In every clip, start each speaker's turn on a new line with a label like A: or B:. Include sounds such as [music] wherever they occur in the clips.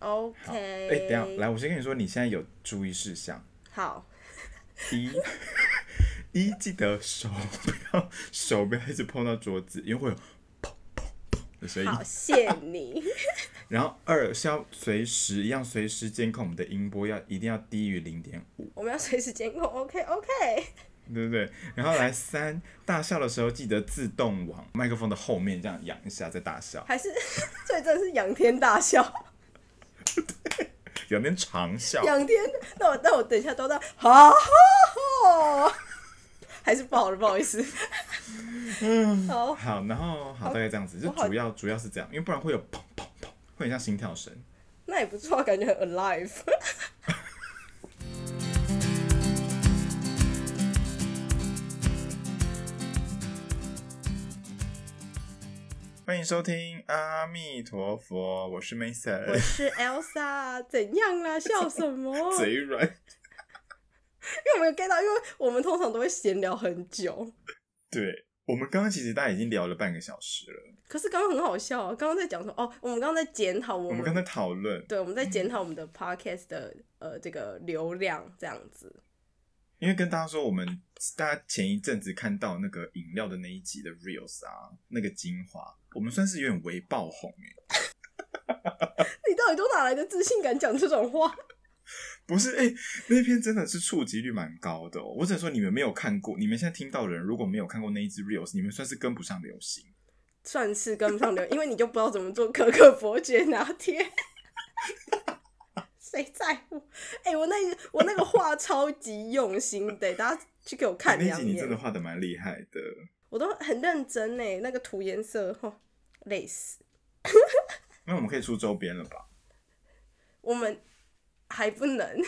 A: OK。
B: 哎、等一下，来，我先跟你说，你现在有注意事项。
A: 好，
B: 一， [laughs] 一记得手不要手不要一直碰到桌子，因为会有砰砰砰的声音。
A: 好，谢你。
B: 然后二是要随时一样随时监控我们的音波，要一定要低于零点五，
A: [laughs] 我们要随时监控。OK OK。
B: 对不对？然后来三，大笑的时候记得自动往麦克风的后面这样仰一下再大笑，
A: 还是最真的是仰天大笑，
B: 有点长笑。
A: 仰天。那我那我等一下都到，哈哈哈。还是不好了，不好意思。好，
B: 好，然后好，大概这样子，就
A: 我好
B: 主要主要是这样，因为不然会有砰砰砰，会很像心跳声。
A: 那也不错，感觉很 alive。
B: 欢迎收听阿弥陀佛，我是 Mason，
A: 我是 Elsa，怎样啦？笑什 [laughs] 么？因
B: [laughs] 嘴软，
A: 为我们有 get 到，因为我们通常都会闲聊很久。
B: 对。我们刚刚其实大家已经聊了半个小时了，
A: 可是刚刚很好笑啊！刚刚在讲说，哦，我们刚刚在检讨我
B: 我们刚才讨论，
A: 对，我们在检讨我们的 podcast 的呃这个流量这样子。
B: 因为跟大家说，我们大家前一阵子看到那个饮料的那一集的 reels 啊，那个精华，我们算是有点微爆红欸诶。
A: 你到底都哪来的自信敢讲这种话？ [laughs]
B: 不是诶、那篇真的是触及率蛮高的、哦。我只能说你们没有看过，你们现在听到的人如果没有看过那一支 reels，你们算是跟不上流行。
A: 算是跟不上流，因为你就不知道怎么做可可伯爵拿铁。 [laughs] 谁在乎？哎、我那个我那个画超级用心的，大家去给我看
B: 那一
A: 两
B: 集你真的
A: 眼，
B: 画的蛮厉害的，
A: 我都很认真呢。那个涂颜色，吼，累死。
B: 那我们可以出周边了吧？
A: 我们还不能，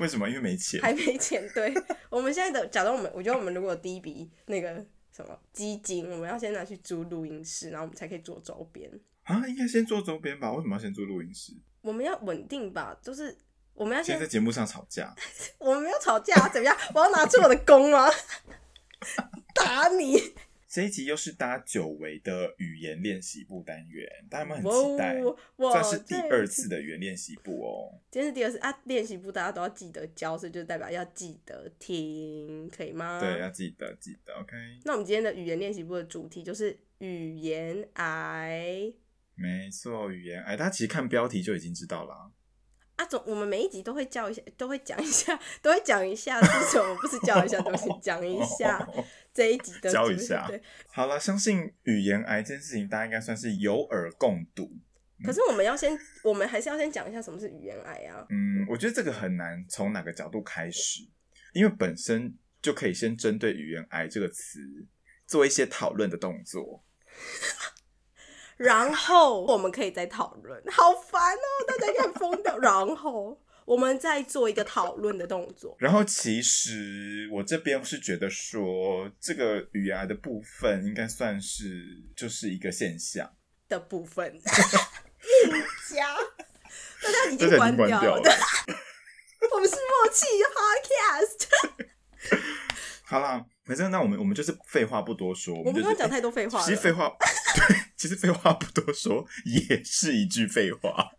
B: 为什么？因为没钱。
A: 还没钱。对，我们现在的假装我们，我觉得我们如果有第一笔那个什么基金，我们要先拿去租录音室，然后我们才可以做周边。
B: 啊，应该先做周边吧？为什么要先做录音室？
A: 我们要稳定吧，就是我们要
B: 先
A: 先
B: 在，节目上吵架，
A: 我们要吵架怎么样？我要拿出我的弓吗？ [laughs] 打你！
B: 这一集又是搭久违的语言练习部单元，大家有没有很期待？
A: 我我
B: 算是第
A: 这
B: 二次的语言练习部哦。
A: 今天是第二次啊！练习部大家都要记得教，所以就代表要记得听，可以吗？
B: 对，啊要记得记得，OK？
A: 那我们今天的语言练习部的主题就是语言癌
B: 没错，语言哎，大家其实看标题就已经知道啦。
A: 啊，总我们每一集都会教一下，都会讲一下，都会讲一下是什么，不是教一下，都是讲一下这一集的
B: 教
A: 主
B: 一下
A: 对，
B: 好了，相信语言癌这件事情，大家应该算是有耳共睹。
A: 可是我们要先，我们还是要先讲一下什么是语言癌啊。
B: 嗯，我觉得这个很难从哪个角度开始，因为本身就可以先针对语言癌这个词做一些讨论的动作。
A: 然后我们可以再讨论，好烦哦，大家应该很疯掉。然后我们再做一个讨论的动作。
B: 然后其实我这边是觉得说，这个语言癌的部分应该算是就是一个现象，
A: 的部分， [laughs] 硬加，大家已
B: 这
A: 经
B: 个已
A: 关
B: 经关
A: 掉
B: 掉了
A: 了。。我们是默契 podcast，
B: 好啦，反正那我们我们就是废话不多说，我
A: 我
B: 们
A: 们
B: 就
A: 刚
B: 是哎
A: 刚讲太多废话
B: 其实废
A: 了。
B: 话， [laughs] 对，其实废话不多说，也是一句废话。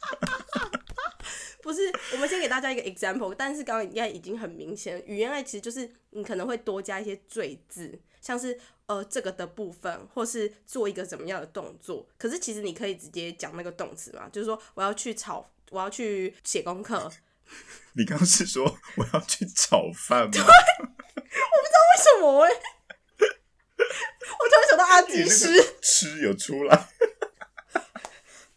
A: 不是，我们先给大家一个 example，但是刚刚应该已经很明显，语言爱其实就是你可能会多加一些赘字，像是呃这个的部分，或是做一个怎么样的动作。可是其实你可以直接讲那个动词嘛，就是说我要去炒，我要去写功课，
B: 你刚刚是说我要去炒饭吗？
A: 为什么哎、我突然想到阿
B: 你
A: 基
B: 那
A: 师。
B: 个吃有出来。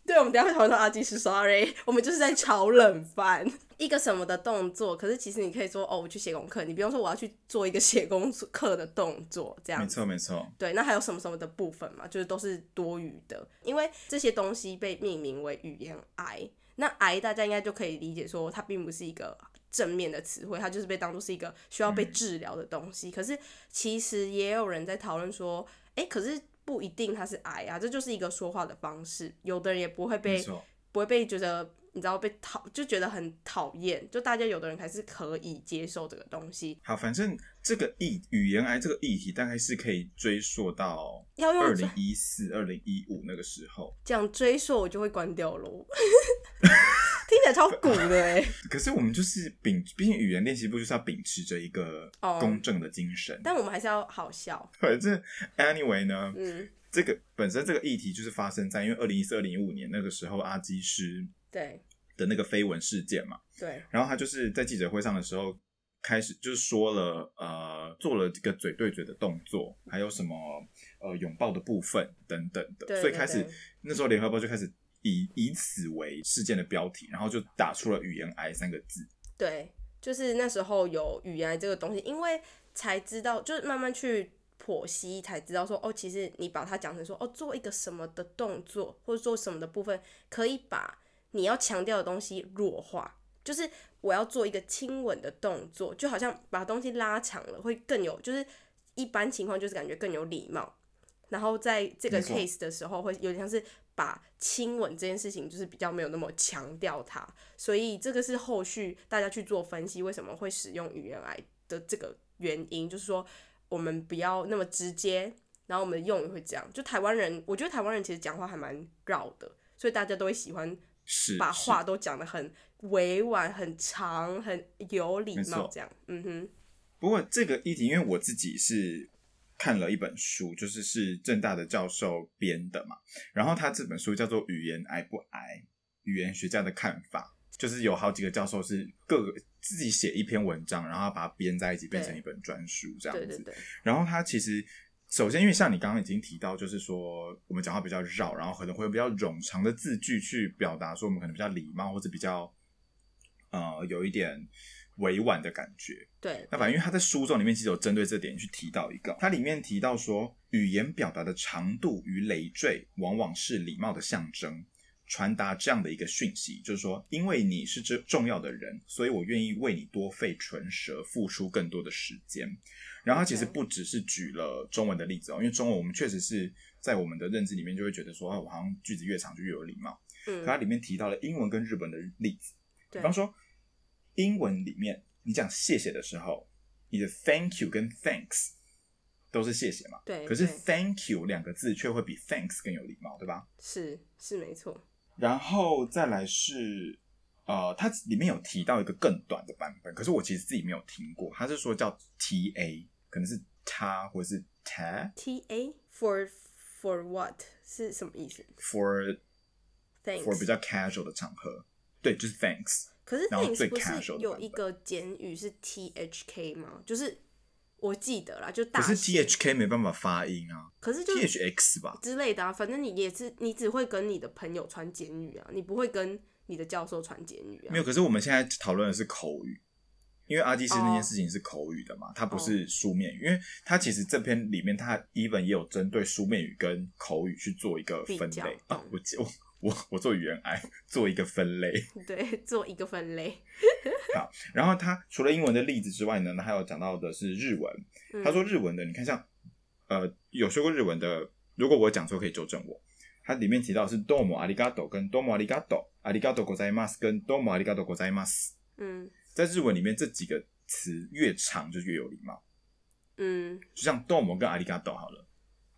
A: 对，我们等一下会讨论到阿基师，sorry，我们就是在炒冷饭，一个什么的动作，可是其实你可以说哦，我去写功课，你不用说我要去做一个写功课的动作，这
B: 没
A: 样子。
B: 错没错，
A: 对，那还有什么什么的部分嘛，就是都是多余的，因为这些东西被命名为语言癌。那癌大家应该就可以理解说，它并不是一个正面的词汇，它就是被当做是一个需要被
B: 嗯
A: 治疗的东西。可是其实也有人在讨论说，诶，可是不一定它是癌啊，这就是一个说话的方式，有的人也不会
B: 没
A: 被
B: 错，
A: 不会被觉得你知道被讨就觉得很讨厌，就大家有的人还是可以接受这个东西，
B: 好，反正这个议语言癌这个议题大概是可以追溯到
A: 要
B: 二
A: [laughs] 用
B: 零一四、二零一五那个时候。 [laughs]
A: 讲追溯我就会关掉喽。听起来超鼓的哎、
B: 可是我们就是秉，毕竟语言练习部就是要秉持着一个
A: 哦
B: 公正的精神。
A: 但我们还是要好笑，
B: 反正 anyway 呢，
A: 嗯，
B: 这个本身这个议题就是发生在因为二零一四、二零一五年那个时候阿基师
A: 对
B: 的那个绯闻事件嘛，
A: 对，
B: 然后他就是在记者会上的时候开始就是说了呃，做了这个嘴对嘴的动作，还有什么呃拥抱的部分等等的，
A: 对
B: 所以
A: 对
B: 开始
A: 对
B: 那时候联合报就开始以以此为事件的标题，然后就打出了语言癌三个字。
A: 对，就是那时候有语言这个东西，因为才知道，就是慢慢去剖析，才知道说，哦，其实你把它讲成说，哦，做一个什么的动作，或者做什么的部分，可以把你要强调的东西弱化。就是我要做一个亲吻的动作，就好像把东西拉长了，会更有，就是一般情况就是感觉更有礼貌。然后在这个
B: 没错
A: case 的时候，会有点像是把亲吻这件事情，就是比较没有那么强调它。所以这个是后续大家去做分析，为什么会使用语言癌的这个原因，就是说我们不要那么直接，然后我们的用语会这样。就台湾人，我觉得台湾人其实讲话还蛮绕的，所以大家都会喜欢
B: 是
A: 把
B: 是
A: 话都讲得很委婉、很长、很有礼
B: 没
A: 貌
B: 错
A: 这样。嗯哼，
B: 不过这个议题，因为我自己是看了一本书，就是是正大的教授编的嘛，然后他这本书叫做《语言癌不癌：语言学家的看法》，就是有好几个教授是各个自己写一篇文章，然后把它编在一起，变成一本专书这样子。
A: 对对对，
B: 然后他其实首先，因为像你刚刚已经提到，就是说我们讲话比较绕，然后可能会有比较冗长的字句去表达，说我们可能比较礼貌或者比较呃有一点委婉的感觉。
A: 对
B: 那反正因为他在书中里面其实有针对这点去提到一个，它里面提到说，语言表达的长度与累赘往往是礼貌的象征，传达这样的一个讯息，就是说，因为你是这重要的人，所以我愿意为你多费唇舌，付出更多的时间。然后他其实
A: OK
B: 不只是举了中文的例子哦，因为中文我们确实是在我们的认知里面就会觉得说，哦，我好像句子越长就越有礼貌。可它
A: 嗯，
B: 里面提到了英文跟日本的例子，比
A: 对
B: 方说英文里面你讲谢谢的时候，你的 thank you 跟 thanks 都是谢谢嘛，
A: 对，
B: 可是
A: 哎对
B: thank you 两个字却会比 thanks 更有礼貌，对吧？
A: 是是没错，
B: 然后再来是呃，它里面有提到一个更短的版本，可是我其实自己没有听过，它是说叫 T A，可能是他或是 ta
A: T A for for what 是什么意思
B: for for
A: ？Thanks。
B: 比较 casual 的场合，对，就是 thanks。
A: 可是
B: 然后最
A: thanks 不
B: casual
A: 是
B: 的
A: 有
B: 版
A: 一
B: 本
A: 个简语是 T H K 吗？就是我记得啦，就大
B: 可是
A: 写
B: T H K 没办法发音啊
A: 可是就
B: ，T H X 吧，
A: 之类的啊，反正你也是，你只会跟你的朋友传简语啊，你不会跟你的教授传简语啊
B: 没。有，可是我们现在讨论的是口语，因为阿基斯那
A: 哦
B: 件事情是口语的嘛，它不是书面语，因为它其实这篇里面它 even 也有针对书面语跟口语去做一个分
A: 比较
B: 类。啊
A: 嗯、
B: 我记我我我做语言癌做一个分类，
A: 对，做一个分类。
B: 然后它除了英文的例子之外呢，它还有讲到的是日文，
A: 嗯、
B: 他说日文的，你看像呃有学过日文的，如果我讲错可以纠正我。它里面提到的是どうもありがとう跟どうもありがとう、ありがとうございます跟どうもありがとうございます。
A: 嗯
B: 在日文里面这几个词越长就越有礼貌，
A: 嗯，
B: 就像 domo 跟阿里嘎多好了，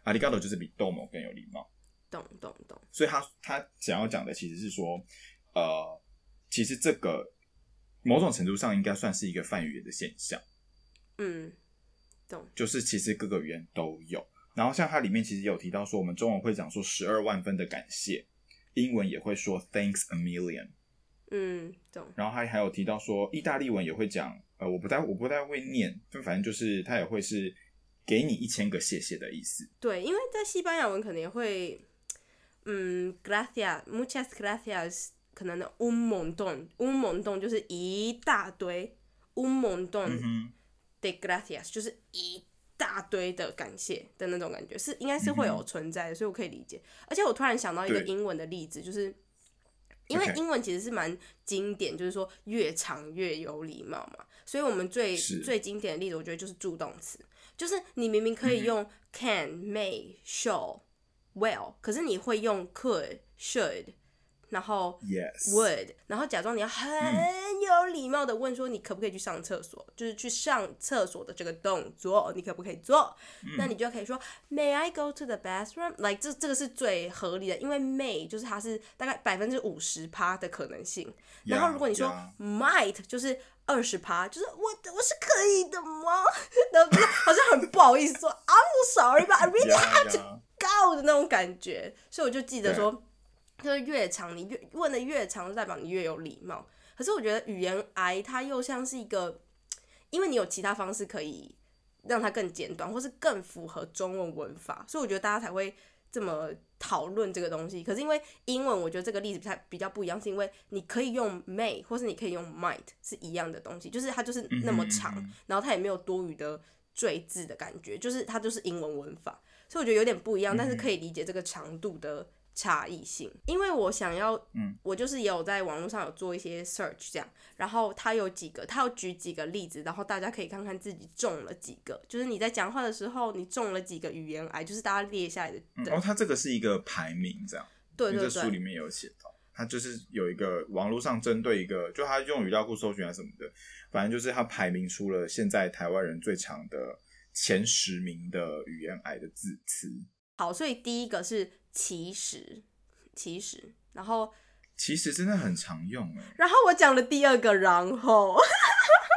B: 阿里嘎多就是比 domo 更有礼貌，
A: 懂懂懂。
B: 所以他他想要讲的其实是说，呃，其实这个某种程度上应该算是一个泛语言的现象，
A: 嗯，
B: 就是其实各个语言都有。然后像它里面其实有提到说，我们中文会讲说十二万分的感谢，英文也会说 thanks a million，
A: 嗯，懂。
B: 然后还还有提到说，意大利文也会讲，呃，我不太我不太会念，就反正就是它也会是给你一千个谢谢的意思。
A: 对，因为在西班牙文可能也会，嗯，gracias，muchas gracias，可能 un montón，un montón 就是一大堆，un montón
B: 嗯
A: de gracias 就是一大堆的感谢的那种感觉，是应该是会
B: 嗯
A: 有
B: 哼
A: 存在的，所以我可以理解。而且我突然想到一个
B: 对
A: 英文的例子，就是因为
B: OK
A: 英文其实是蛮经典，就是说越长越有礼貌嘛。所以我们最
B: 是
A: 最经典的例子，我觉得就是助动词，就是你明明可以
B: 嗯
A: 用 can、may、shall、will，可是你会用 could、should，然后
B: Yes
A: would，然后假装你要很
B: 嗯
A: 有礼貌的问说你可不可以去上厕所，就是去上厕所的这个动作，你可不可以做？
B: 嗯
A: 那你就可以说 May I go to the bathroom？来、这这个是最合理的，因为 may 就是它是大概百分之五十趴的可能性。然后
B: Yeah，
A: 如果你说
B: yeah
A: might，就是二十趴，就是我我是可以的吗？ [laughs] 然后就是好像很不好意思说 I'm sorry but I really
B: yeah, yeah.
A: 高的那种感觉，所以我就记得说，就是越长你越问的越长，就代表你越有礼貌。可是我觉得语言癌它又像是一个，因为你有其他方式可以让它更简短，或是更符合中文文法，所以我觉得大家才会这么讨论这个东西。可是因为英文，我觉得这个例子它比较不一样，是因为你可以用 may 或是你可以用 might 是一样的东西，就是它就是那么长，然后它也没有多余的赘字的感觉，就是它就是英文文法。所以我觉得有点不一样，但是可以理解这个长度的差异性。因为我想要，
B: 嗯，
A: 我就是也有在网络上有做一些 search 这样，然后他有几个，他有举几个例子，然后大家可以看看自己中了几个，就是你在讲话的时候你中了几个语言癌，就是大家列下来的，
B: 嗯
A: 对
B: 然后它这个是一个排名，这样，
A: 对
B: 因为
A: 对
B: 这书
A: 对，
B: 里面有写到，它就是有一个网络上针对一个，就它用语料库搜寻啊什么的，反正就是它排名出了现在台湾人最长的前十名的语言癌的字词。
A: 好，所以第一个是其实，其实，然后
B: 其实真的很常用哎，
A: 然后我讲了第二个，然后 [laughs]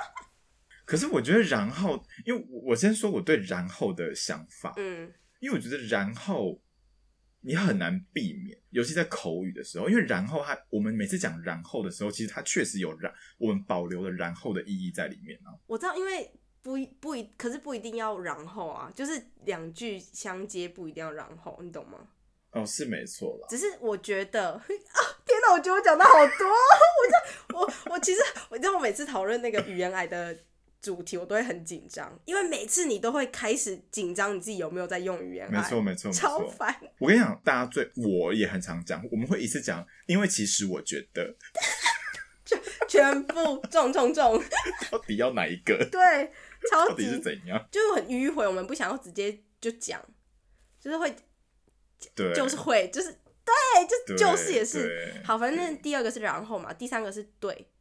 B: 可是我觉得然后，因为我我先说我对然后的想法，
A: 嗯
B: 因为我觉得然后你很难避免，尤其在口语的时候，因为然后它我们每次讲然后的时候，其实它确实有然我们保留了然后的意义在里面啊。
A: 我知道，因为不一不一，可是不一定要然后啊，就是两句相接，不一定要然后，你懂吗？
B: 哦，是没错啦。
A: 只是我觉得， [laughs] 啊，天哪，我觉得我讲的好多， [laughs] 我就我我其实我你知道，我每次讨论那个语言癌的主题，我都会很紧张，因为每次你都会开始紧张你自己有没有在用语言
B: 没
A: 癌，
B: 错，没错，没
A: 哎超
B: 错。
A: 烦。
B: 我跟你讲，大家最我也很常讲，我们会一次讲，因为其实我觉得
A: 全部中中中，
B: 到底要哪一个，
A: 对，超
B: 到底是
A: 级
B: 怎样？
A: 就是很迂回，我们不想要直接就讲，就是会
B: 对，
A: 就是会就是对，就
B: 对
A: 就是也是，
B: 对
A: 好，反正第二个是然后嘛，第三个是对，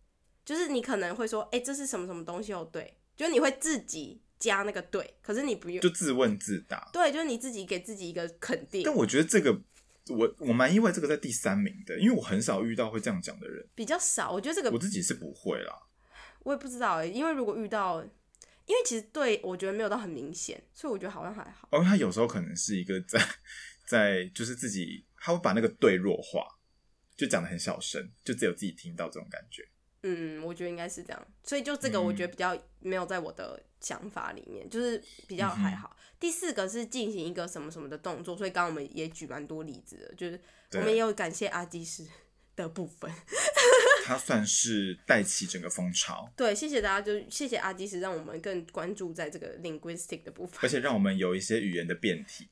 A: 就是你可能会说，哎、这是什么什么东西哦，对，就是你会自己加那个对，可是你不用
B: 就，自问自答。
A: 对，就是你自己给自己一个肯定
B: 但，我觉得这个，我我蛮意外，这个在第三名的，因为我很少遇到会这样讲的人，
A: 比较少。我觉得这个
B: 我自己是不会啦。
A: 我也不知道、欸，因为如果遇到，因为其实对我觉得没有到很明显，所以我觉得好像还好。
B: 哦，他有时候可能是一个在在就是自己，他会把那个对弱化，就讲的很小声，就只有自己听到这种感觉。
A: 嗯，我觉得应该是这样，所以就这个我觉
B: 嗯
A: 得比较没有在我的想法里面，就是比较
B: 嗯
A: 还好。第四个是进行一个什么什么的动作，所以刚刚我们也举蛮多例子的，就是我
B: 对
A: 们也有感谢阿基师 [laughs] 的部分。
B: 他算是带起整个风潮，
A: 对，谢谢大家，就是谢谢阿基师，让我们更关注在这个 linguistic 的部
B: 而
A: 分。
B: 且让我们有一些语言的变体，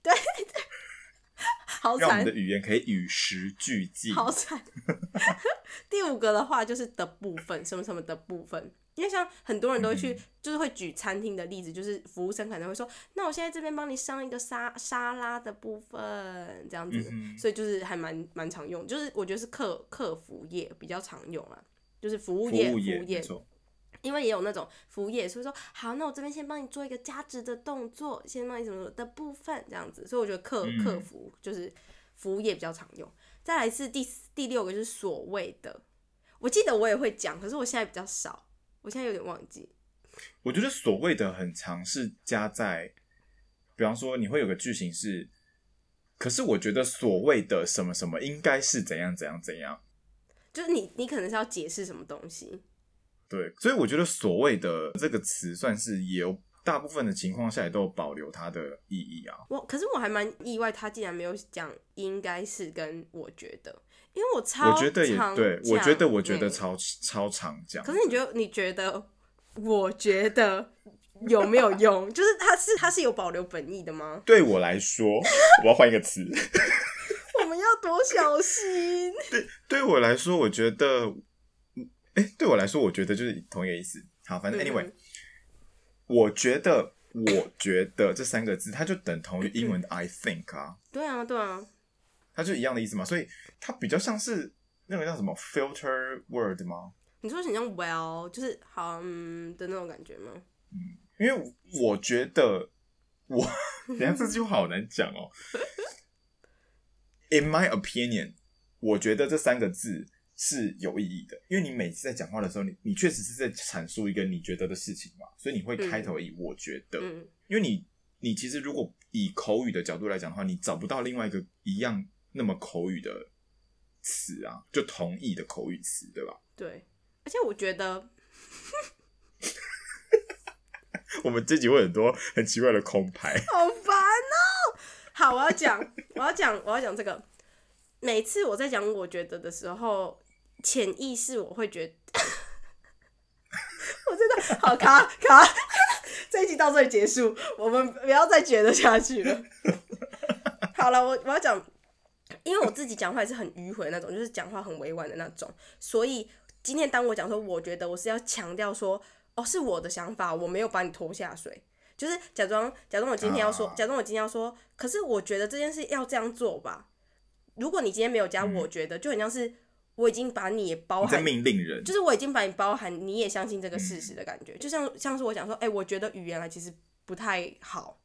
A: 好
B: 让我
A: 惨
B: 们的，语言可以与时俱进。
A: 好惨。 [laughs] 第五个的话就是的部分，什么什么的部分。因为像很多人都会
B: 嗯
A: 去，就是会举餐厅的例子，就是服务生可能会说：“那我现在这边帮你上一个沙沙拉的部分，这样子。
B: 嗯哼
A: 所以就是还蛮蛮常用，就是我觉得是客客服业比较常用啊，就是服务
B: 服
A: 业
B: 务业
A: 服务
B: 没
A: 业
B: 错，
A: 因为也有那种服务业，所以说好，那我这边先帮你做一个加值的动作，先帮你什么什么的部分这样子，所以我觉得客、
B: 嗯
A: 客服就是服务业比较常用。再来是第四第六个就是所谓的，我记得我也会讲，可是我现在比较少，我现在有点忘记。
B: 我觉得所谓的很常是加在，比方说你会有个句型是，可是我觉得所谓的什么什么应该是怎样怎样怎样。
A: 就是你，你可能是要解释什么东西，
B: 对，所以我觉得所谓的这个词，算是也有大部分的情况下也都有保留它的意义啊。
A: 我可是我还蛮意外，他竟然没有讲应该是跟我觉得，因为我超
B: 我觉得也
A: 常
B: 对，我
A: 讲
B: 觉得我觉得
A: 欸
B: 超超常讲。
A: 可是你觉得？你觉得？我觉得有没有用？ [laughs] 就是它是它是有保留本意的吗？
B: 对我来
A: [laughs]
B: 说，我要换一个词。
A: 我们要多小心？ [laughs]
B: 对我来说，我觉得，哎、对我来说，我觉得就是同一个意思。好，反
A: 嗯
B: 正 anyway，、我觉得，我觉得这三个字，它就等同于英文的 I think 啊，
A: 对啊，对啊，
B: 它就一样的意思嘛，所以它比较像是那个叫什么 filter word 吗？
A: 你说很像 well，就是好嗯的那种感觉吗？
B: 因为我觉得我， [laughs] 等一下这句话好难讲哦。In my opinion，我觉得这三个字是有意义的，因为你每次在讲话的时候，你你确实是在阐述一个你觉得的事情嘛，所以你会开头以“我觉得”，
A: 嗯，
B: 因为你你其实如果以口语的角度来讲的话，你找不到另外一个一样那么口语的词啊，就同义的口语词，对吧？ [laughs]
A: 对。而且我觉得
B: 我们这集会很多很奇怪的空拍，
A: 好烦哦、好，我要讲，我要讲，我要讲这个。每次我在讲我觉得的时候，潜意识我会觉得， [laughs] 我真的好卡卡。这一集到这里结束，我们不要再觉得下去了。 [laughs] 好了，我我要讲，因为我自己讲话也是很迂回那种，就是讲话很委婉的那种，所以今天当我讲说我觉得，我是要强调说，哦，是我的想法，我没有把你拖下水。就是假装假装我今天要说，
B: 啊
A: 假装我今天要说，可是我觉得这件事要这样做吧。如果你今天没有加，
B: 嗯
A: 我觉得就很像是我已经把你也包
B: 你在
A: 含
B: 命令人，
A: 就是我已经把你包含，你也相信这个事实的感觉。就像像是我讲说，哎、我觉得语言来其实不太好。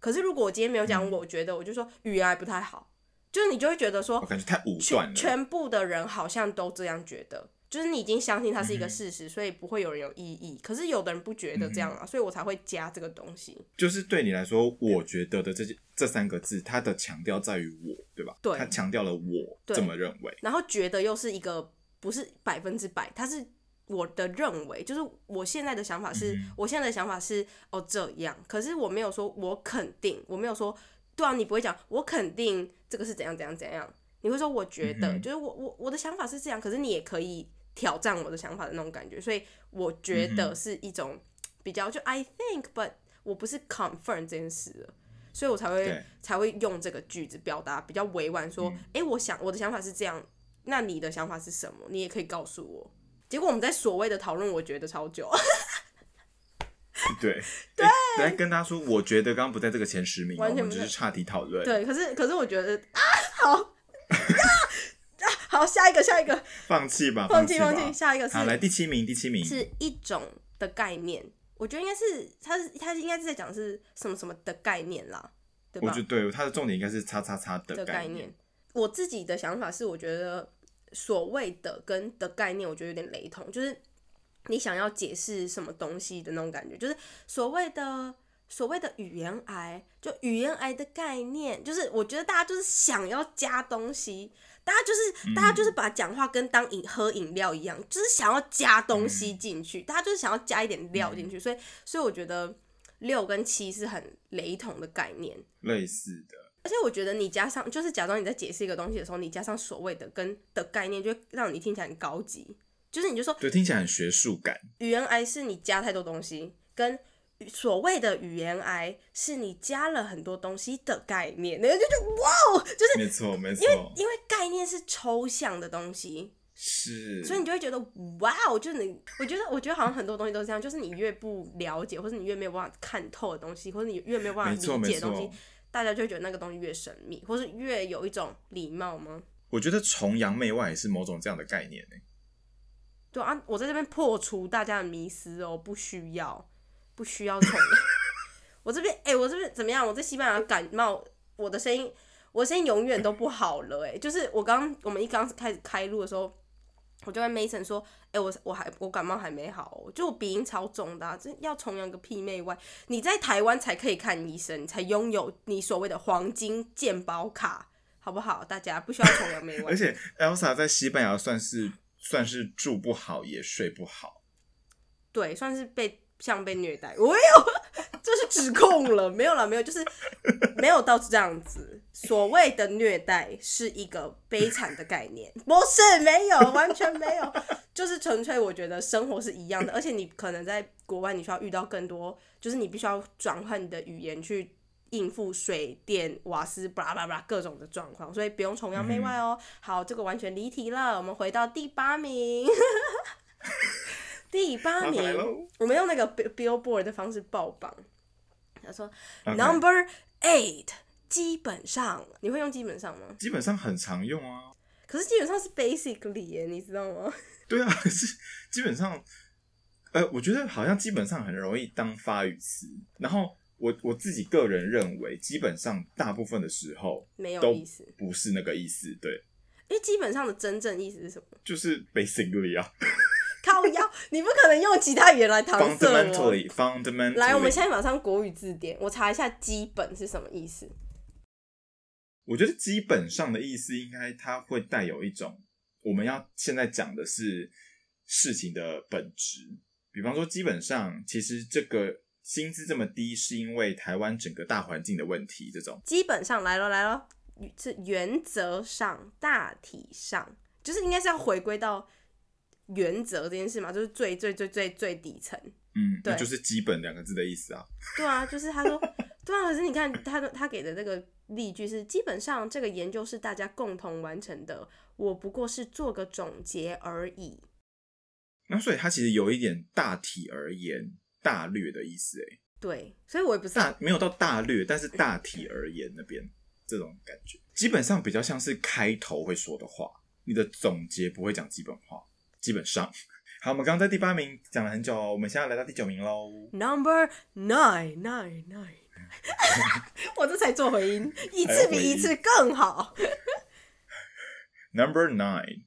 A: 可是如果我今天没有讲，我觉得我就说语言来不太好，就是你就会觉得说
B: 我，感觉太武断
A: 全
B: 了。
A: 全部的人好像都这样觉得，就是你已经相信它是一
B: 嗯
A: 个
B: 哼
A: 事实，所以不会有人有异议。可是有的人不觉得这样
B: 嗯
A: 啊，所以我才会加这个东西。
B: 就是对你来说，我觉得的这些这三个字，它的强调在于我，对吧？
A: 对
B: 它强调了我
A: 对
B: 这么认为。
A: 然后觉得又是一个不是百分之百，它是我的认为，就是我现在的想法是，
B: 嗯
A: 我现在的想法是哦这样，可是我没有说我肯定，我没有说对啊，你不会讲我肯定这个是怎样怎样怎样，你会说我觉得，
B: 嗯哼
A: 就是我我我的想法是这样，可是你也可以挑战我的想法的那种感觉，所以我觉
B: 嗯
A: 得是一种比较就 I think but 我不是 confirm 这件事了。所以我才会
B: 对嗯
A: 才会用这个句子表达比较委婉，说，诶，我想我的想法是这样，那你的想法是什么？你也可以告诉我。结果我们在所谓的讨论，我觉得超久，
B: 对对、来跟大家说，我觉得刚刚不在这个前十名哦，
A: 完
B: 我
A: 全
B: 们
A: 不
B: 只
A: 在
B: 是岔题讨论。
A: 对，可是可是我觉得啊，好啊啊，好，下一个下一个，
B: 放弃吧，
A: 放弃
B: 吧
A: 放弃，。下一个是
B: 好，来第七名，第七名
A: 是一种的概念，我觉得应该是他是他应该是在讲是什么什么的概念啦，对
B: 我
A: 吧？
B: 觉得对它的重点应该是叉叉叉
A: 的
B: 的
A: 概
B: 念
A: 念。。我自己的想法是，我觉得所谓的跟的概念，我觉得有点雷同，就是你想要解释什么东西的那种感觉，就是所谓的所谓的语言癌，就语言癌的概念，就是我觉得大家就是想要加东西，大家就是、大家就是把讲话跟当饮喝饮料一样，就是想要加东西进去，大家就是想要加一点料进去，所以所以我觉得六跟七是很雷同的概念。
B: 类似的，
A: 而且我觉得你加上，就是假装你在解释一个东西的时候，你加上所谓的跟的概念，就会让你听起来很高级。就是你就说
B: 对，听起来很学术感。
A: 语言癌是你加太多东西，跟所谓的语言癌是你加了很多东西的概念，然后就觉得哇哦，就是
B: 没错，没错，
A: 因为概念是抽象的东西，
B: 是。
A: 所以你就会觉得哇哦，就是你，我觉得我觉得好像很多东西都是这样，就是你越不了解，或是你越没有办法看透的东西，或者你越没有办法
B: 没错
A: 理解的
B: 没
A: 东
B: 错
A: 西，大家就会觉得那个东西越神秘，或是越有一种礼貌吗？
B: 我觉得崇洋媚外也是某种这样的概念、欸、
A: 对啊，我在这边破除大家的迷思哦，不需要，不需要宠溺。 [laughs] 我这边，哎、我这边怎么样？我在西班牙感冒，我的声音，我的声音永远都不好了、哎，就是我刚我们一刚开始开录的时候，我就跟 Mason 说，哎、我我还我感冒还没好哦、就我鼻音超重的、啊，这要崇洋个屁媚外。你在台湾才可以看医生，你才拥有你所谓的黄金健保卡，好不好？大家不需要崇洋媚外
B: [laughs] 而。且 Elsa 在西班牙算是算是住不好，也睡不好。
A: 对，算是被像被虐待。我有，这是指控了，没有了，没有，就是没有到这样子。所谓的虐待是一个悲惨的概念，不是没有，完全没有，就是纯粹我觉得生活是一样的，而且你可能在国外你需要遇到更多，就是你必须要转换你的语言去。应付水电、瓦斯，巴拉巴拉各种的状况，所以不用崇洋媚外哦。好，这个完全离题了，我们回到第八名。 [laughs] 第八
B: 麻
A: 名
B: 烦来，喽
A: 我们用那个 Bill- Billboard 的方式爆榜。他说
B: OK
A: Number Eight，基本上你会用基本上吗？
B: 基本上很常用啊。
A: 可是基本上是 basically 耶，你知道吗？
B: 对啊，可是基本上，呃，我觉得好像基本上很容易当发语词。然后我我自己个人认为，基本上大部分的时候
A: 没有
B: 都
A: 意思
B: 不是那个意思。对，
A: 因为基本上的真正意思是什么？
B: 就是 basically 啊
A: 靠腰， [laughs] 你不可能用其他语言来搪塞我。
B: ，fundamentally fundamentally。
A: 来，我们现在马上国语字典，我查一下“基本”是什么意思。
B: 我觉得基本上的意思应该它会带有一种我们要现在讲的是事情的本质。比方说，基本上其实这个薪资这么低，是因为台湾整个大环境的问题。这种
A: 基本上来咯来咯，是原则上、大体上，就是应该是要回归到原则这件事嘛，就是最最最最最底层。
B: 嗯，
A: 对
B: 那就是“基本”两个字的意思啊。
A: 对啊，就是他说，对啊，可是你看他的他给的那个例句是，基本上这个研究是大家共同完成的，我不过是做个总结而已。
B: 那所以它其实有一点大体而言、大略的意思、欸，
A: 对，所以我也不是
B: 大没有到大略，但是大体而言那边这种感觉，基本上比较像是开头会说的话，你的总结不会讲基本话，基本上。好，我们刚刚在第八名讲了很久哦，我们现在来到第九名喽。
A: number nine nine nine，我这才做回音，一次比一次更好。
B: Number nine，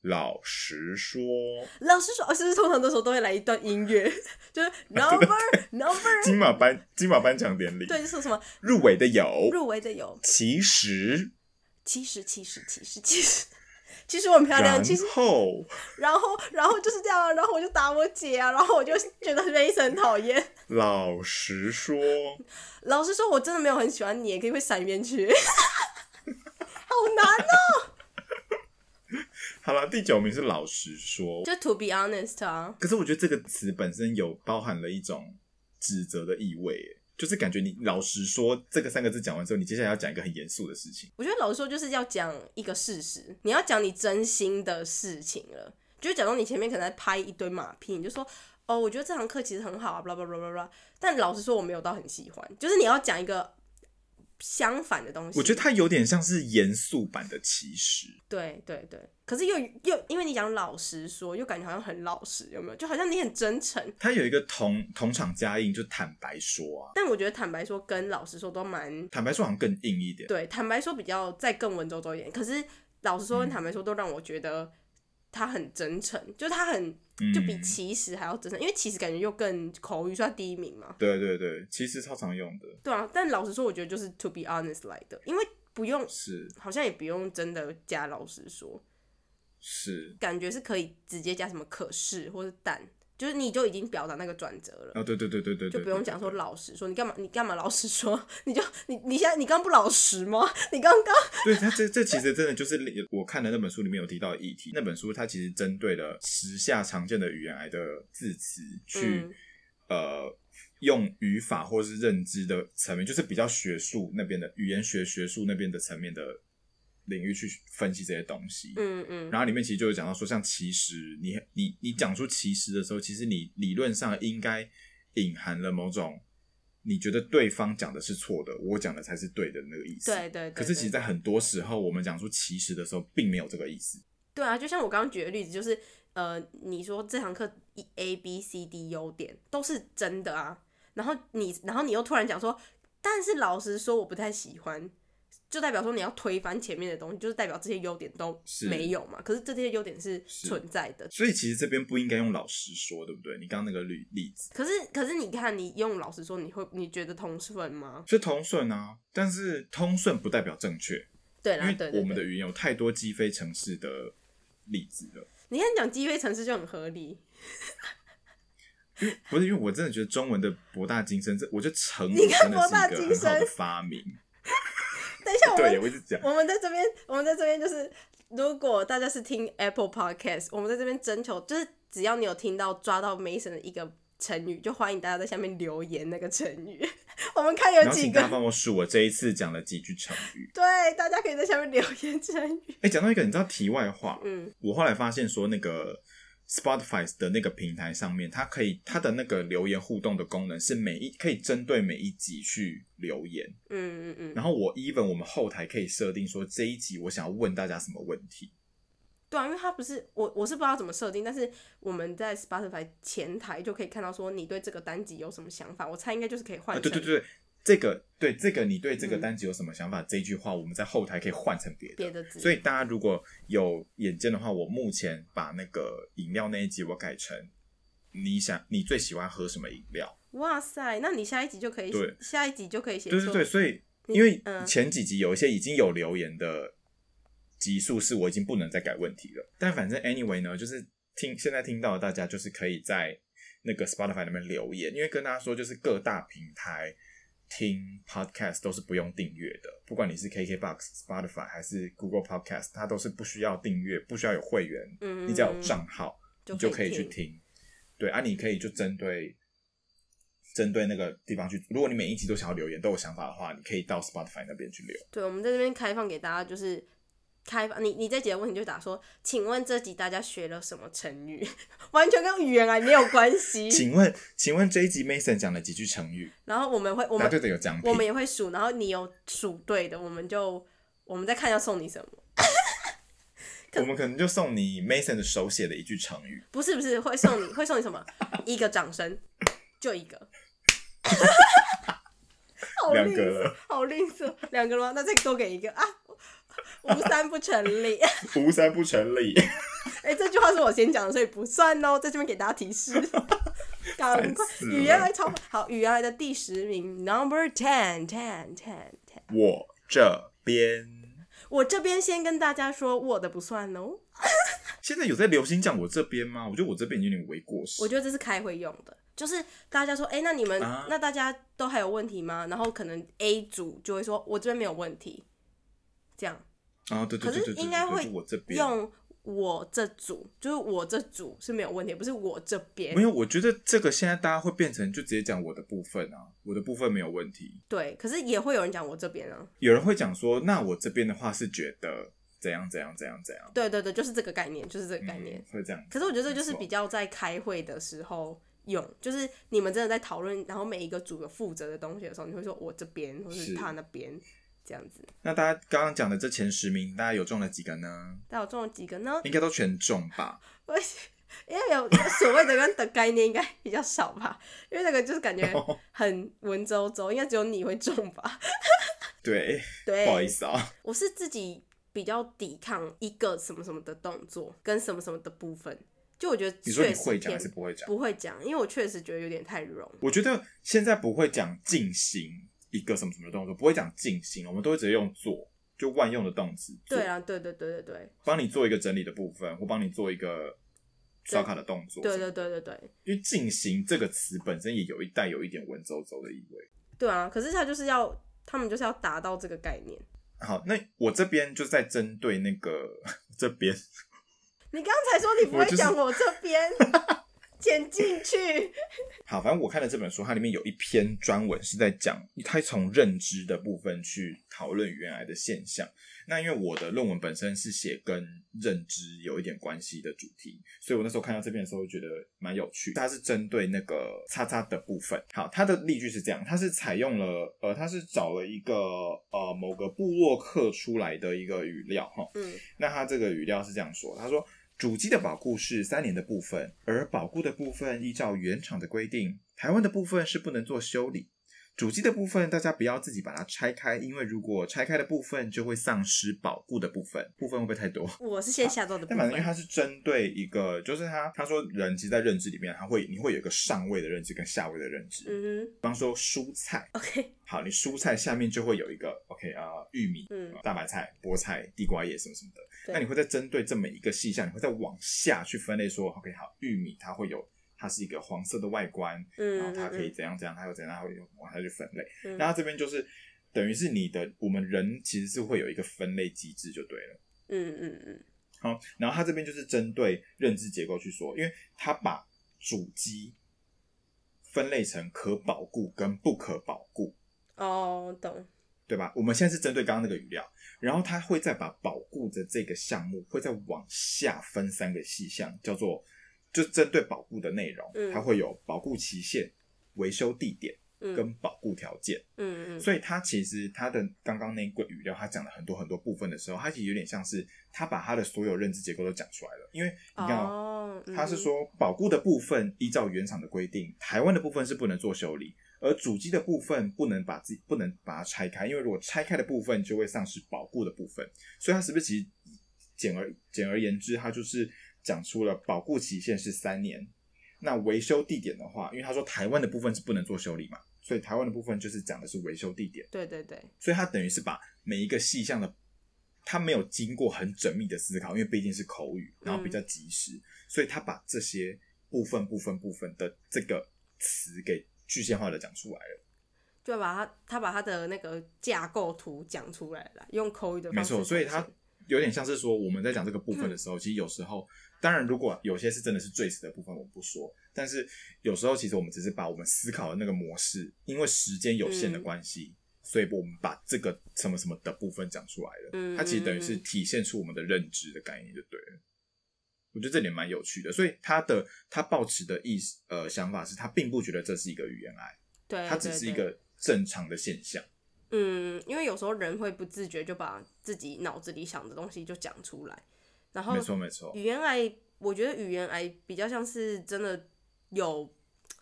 B: 老实说，
A: 老师说，哦是不是通常这时候都会来一段音乐， [laughs] 就是 number number，
B: 金马颁金马颁奖典
A: [laughs]
B: 礼，
A: 对，就是什么
B: 入围的有，
A: 入围的有
B: 其实，
A: 七十七十七十七十，其实我很漂亮，
B: 然
A: 其实
B: 后
A: 然后，然后就是这样啊，然后我就打我姐啊，然后我就觉得 Race 很讨厌。 [laughs]
B: 老实说，
A: 老实说，我真的没有很喜欢你，可以会闪边去， [laughs] 好难哦、
B: 好了，第九名是老实说，
A: 就 To be honest 啊，
B: 可是我觉得这个词本身有包含了一种指责的意味耶，就是感觉你老实说这个三个字讲完之后，你接下来要讲一个很严肃的事情。
A: 我觉得老实说就是要讲一个事实，你要讲你真心的事情了。就假如你前面可能在拍一堆马屁，你就说哦，我觉得这堂课其实很好啊，blah blah blah blah blah。但老实说，我没有到很喜欢，就是你要讲一个相反的东西。
B: 我觉得它有点像是严肃版的其实，
A: 对对对，可是又又因为你讲老实说，又感觉好像很老实，有没有？就好像你很真诚，
B: 它有一个同同场加映，就坦白说啊，
A: 但我觉得坦白说跟老实说都蛮
B: 坦白说好像更硬一点。
A: 对，坦白说比较再更文绉绉一点，可是老实说跟坦白说都让我觉得他很真诚，就是他很就比
B: 嗯
A: 其实还要真诚，因为其实感觉又更口语，所以他第一名嘛。
B: 对对对，其实超常用的
A: 对啊，但老实说，我觉得就是 to be honest 来的，因为不用，
B: 是
A: 好像也不用真的加老实说，
B: 是
A: 感觉是可以直接加什么可是或者但，就是你就已经表达那个转折了。
B: 啊，对对对对对对，
A: 就不用
B: 对
A: 讲
B: 对
A: 说老实说，你干嘛？你干嘛老实说？ [laughs] 你就你你现在你刚不老实吗？ [laughs] 你刚刚
B: 对他这这其实真的就是另我看的那本书里面有提到的议题。那本书它其实针对了时下常见的语言癌的字词去、
A: 嗯
B: 呃用语法或是认知的层面，就是比较学术那边的语言学学术那边的层面的领域去分析这些东西。
A: 嗯嗯，
B: 然后里面其实就有讲到说，像其实你你你讲出其实的时候，其实你理论上应该隐含了某种你觉得对方讲的是错的，我讲的才是对的那个意思。
A: 对对对。
B: 可是其实，
A: 对
B: 在很多时候，我们讲出其实的时候，并没有这个意思。
A: 对啊，就像我刚刚举的例子，就是呃，你说这堂课一 A B C D 优点都是真的啊，然后你然后你又突然讲说，但是老实说我不太喜欢。就代表说你要推翻前面的东西，就是代表这些优点都
B: 是
A: 没有嘛。可是这些优点是
B: 是
A: 存在的，
B: 所以其实这边不应该用老实说，对不对？你刚刚那个例例子
A: 可是可是你看，你用老实说，你会你觉得同分吗？
B: 是通顺啊，但是通顺不代表正确，
A: 对
B: 因
A: 啦，对对
B: 为
A: 对。
B: 我们的语言有太多鸡飞城市的例子了。
A: 你看讲鸡飞城市就很合理，
B: 不是因为我真的觉得中文的博大精深，这我觉得成语
A: 你
B: 真
A: 看
B: 的是
A: 博大
B: 一个很
A: 精深
B: 好的发明。
A: 等一下我
B: 对，
A: 们
B: 我一直讲，
A: [laughs] 我们在这边，我们在这边就是，如果大家是听 Apple Podcast，我们在这边征求，就是只要你有听到抓到 Mason 的一个成语，就欢迎大家在下面留言那个成语， [laughs] 我们看有
B: 然后
A: 几
B: 请大家
A: 个。
B: 帮我数我这一次讲了几句成语。
A: 对，大家可以在下面留言成语。
B: 哎，讲到一个你知道题外话，
A: 嗯，
B: 我后来发现说那个 Spotify 的那个平台上面，它可以它的那个留言互动的功能是每一可以针对每一集去留言，
A: 嗯嗯嗯，
B: 然后我 even 我们后台可以设定说这一集我想要问大家什么问题，
A: 对啊，因为它不是我我是不知道怎么设定，但是我们在 Spotify 前台就可以看到说你对这个单集有什么想法，我猜应该就是可以换
B: 啊，
A: 成、
B: 对对对，对这个对这个你对这个
A: 嗯
B: 单集有什么想法？这一句话我们在后台可以换成别
A: 别
B: 的。
A: 的字，
B: 所以大家如果有眼见的话，我目前把那个饮料那一集我改成你想你最喜欢喝什么饮料？
A: 哇塞，那你下一集就可以
B: 对
A: 下一集就可以写
B: 对
A: 说
B: 对对，所以
A: 你
B: 因为
A: 嗯
B: 前几集有一些已经有留言的集数是我已经不能再改问题了，但反正 anyway 呢，就是听现在听到的大家就是可以在那个 Spotify 那边留言，因为跟大家说就是各大平台听 podcast 都是不用订阅的，不管你是 KKBox、Spotify 还是 Google Podcast，它都是不需要订阅，不需要有会员，
A: 嗯，
B: 你只要有账号你就
A: 就
B: 可以去
A: 听。
B: 听。对啊，你可以就针对针对那个地方去。如果你每一集都想要留言，都有想法的话，你可以到 Spotify 那边去留。
A: 对，我们在这边开放给大家，就是开放你你这几个问题就打说，请问这集大家学了什么成语？完全跟语言啊没有关系。
B: 请问，请问这一集 Mason 讲了几句成语？
A: 然后我们会我
B: 答
A: 们
B: 对的有奖品
A: 我。们也会数，然后你有数对的，我们就我们再看要送你什么。
B: 我们可能就送你 Mason 的手写的一句成语。
A: 不是不是，会送你会送你什 [laughs] 么？一个掌声，就一个。 [laughs] 好
B: 两
A: 吝
B: 个
A: 啬
B: 了，
A: 好吝啬，两个了吗？那再多给一个啊！无三不成 [laughs] 立。
B: 无三不成立，
A: 哎、这句话是我先讲的，所以不算哦。在这边给大家提
B: [laughs]
A: 示，赶快
B: 烦死了
A: 语言来超好，语言来的第十名，Number Ten Ten Ten Ten。
B: 我这边。
A: 我这边先跟大家说，我的不算哦。
B: 现在有在流行讲我这边吗？我觉得我这边已经有点为过时。
A: 我觉得这是开会用的，就是大家说，哎、那你们、
B: 啊
A: 那大家都还有问题吗？然后可能 A 组就会说，我这边没有问题，这样
B: 啊，对对对
A: 可
B: 对
A: 是
B: 对，
A: 应该
B: 对
A: 会
B: 就我这边
A: 用我这组，就是我这组是没有问题，不是我这边
B: 没。有。我觉得这个现在大家会变成就直接讲我的部分啊，我的部分没有问题。
A: 对，可是也会有人讲我这边啊。
B: 有人会讲说，那我这边的话是觉得怎样怎样怎样怎样，
A: 对对对，就是这个概念，就是这个概念。
B: 嗯、会这样。
A: 可是我觉得这就是
B: 没错
A: 比较在开会的时候用，就是你们真的在讨论，然后每一个组有负责的东西的时候，你会说我这边，或
B: 是
A: 是他那边这样子。
B: 那大家刚刚讲的这前十名，大家有中了几个
A: [laughs]
B: 呢？
A: 但我中了几个呢？
B: 应该都全中吧？
A: 我因为有所谓的跟的概念应该比较少吧， [laughs] 因为那个就是感觉
B: 哦
A: 很文绉绉，应该只有你会中
B: [laughs]
A: 吧？
B: 对，
A: 对，
B: 不好意思啊，
A: 我是自己比较抵抗一个什么什么的动作跟什么什么的部分，就我觉得
B: 你说你
A: 确实
B: 会讲还
A: 偏
B: 是不会讲？
A: 不会讲，因为我确实觉得有点太容。
B: 我觉得现在不会讲进行一个什么什么动作，不会讲进行，我们都会直接用做，就万用的动词。做
A: 对，啊，对对对对对
B: 帮你做一个整理的部分，或帮你做一个刷卡的动作。
A: 对对对对对
B: 因为进行这个词本身也有一带有一点文绉绉的意味。
A: 对啊！可是他就是要，他们就是要达到这个概念。
B: 好，那我这边就在针对那个 [laughs] 这边，
A: 你刚才说你不
B: 我
A: 会
B: 就是
A: 讲我这边，剪进去。
B: 好，反正我看了这本书，它里面有一篇专文是在讲，它从认知的部分去讨论原来的现象。那因为我的论文本身是写跟认知有一点关系的主题，所以我那时候看到这边的时候，觉得蛮有趣。它是针对那个叉叉的部分。好，它的例句是这样，它是采用了呃，它是找了一个呃某个部落客出来的一个语料哈，
A: 嗯
B: 那他这个语料是这样说，他说主机的保固是三年的部分，而保固的部分依照原厂的规定，台湾的部分是不能做修理。主机的部分，大家不要自己把它拆开，因为如果拆开的部分就会丧失保固的部分，部分会不会太多？
A: 我是先下到
B: [laughs]
A: 的部
B: 但反正因为
A: 分。
B: 它是针对一个，就是他他说人其实在认知里面，他会你会有一个上位的认知跟下位的认知。
A: 嗯
B: 比方说蔬菜，
A: 哼，OK，
B: 好，你蔬菜下面就会有一个 OK 啊、呃玉米、
A: 嗯
B: 大白菜、菠菜、地瓜叶什么什么的。
A: 对
B: 那你会再针对这么一个细项，你会再往下去分类说，OK，好，玉米它会有，它是一个黄色的外观，然后
A: 嗯，
B: 它可以
A: 嗯
B: 怎样怎样，它有怎样，它会有往下去分类。
A: 嗯
B: 那它这边就是等于是你的，我们人其实是会有一个分类机制就对了。
A: 嗯嗯嗯，
B: 好，然后它这边就是针对认知结构去说，因为它把主机分类成可保固跟不可保固。
A: 哦，懂，
B: 对吧？我们现在是针对刚刚那个语料，然后它会再把保固的这个项目会再往下分三个细项，叫做就针对保固的内容，
A: 嗯
B: 它会有保固期限、维修地点
A: 嗯
B: 跟保固条件。
A: 嗯嗯
B: 所以它其实它的刚刚那一个语料，它讲了很多很多部分的时候，它其实有点像是它把它的所有认知结构都讲出来了。因为你看、哦，
A: 哦，嗯
B: 它是说保固的部分依照原厂的规定，台湾的部分是不能做修理，而主机的部分不能把自己不能把它拆开，因为如果拆开的部分就会丧失保固的部分。所以它是不是其实简而简而言之，它就是讲出了保固期限是三年。那维修地点的话，因为他说台湾的部分是不能做修理嘛，所以台湾的部分就是讲的是维修地点。
A: 对对对，
B: 所以他等于是把每一个细项的，他没有经过很缜密的思考，因为毕竟是口语，然后
A: 嗯
B: 比较及时，所以他把这些部分、部分、部分的这个词给具象化的讲出来了。
A: 就把它他把它的那个架构图讲出来了，用口语的
B: 没
A: 方式
B: 错，所以
A: 呈
B: 他
A: 现
B: 有点像是说我们在讲这个部
A: 嗯
B: 分的时候，其实有时候，当然如果有些是真的是最词的部分，我不说，但是有时候其实我们只是把我们思考的那个模式，因为时间有限的
A: 嗯
B: 关系。所以我们把这个什么什么的部分讲出来了，
A: 嗯
B: 它其实等于
A: 嗯
B: 是
A: 嗯
B: 体现出我们的认知的概念，就对了。我觉得这点蛮有趣的，所以他的他抱持的意思呃想法是他并不觉得这是一个语言癌，
A: 对，
B: 它只
A: 对
B: 是一
A: 呃对
B: 个正常的现象。
A: 嗯，因为有时候人会不自觉就把自己脑子里想的东西就讲出来，然后
B: 没错没错，
A: 语言癌，我觉得语言癌比较像是真的有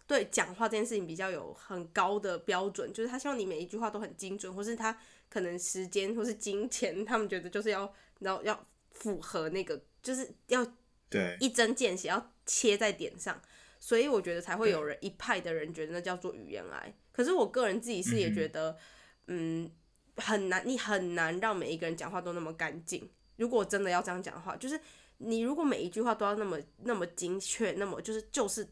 A: 对讲话这件事情比较有很高的标准，就是他希望你每一句话都很精准，或是他可能时间或是金钱，他们觉得就是要然后要符合那个，就是要
B: 对
A: 一针见血，要切在点上，所以我觉得才会有人一派的人觉得那叫做语言癌。可是我个人自己是也觉得，嗯很难，你很难让每一个人讲话都那么干净。如果真的要这样讲的话，就是你如果每一句话都要那么那么精确，那么就是就是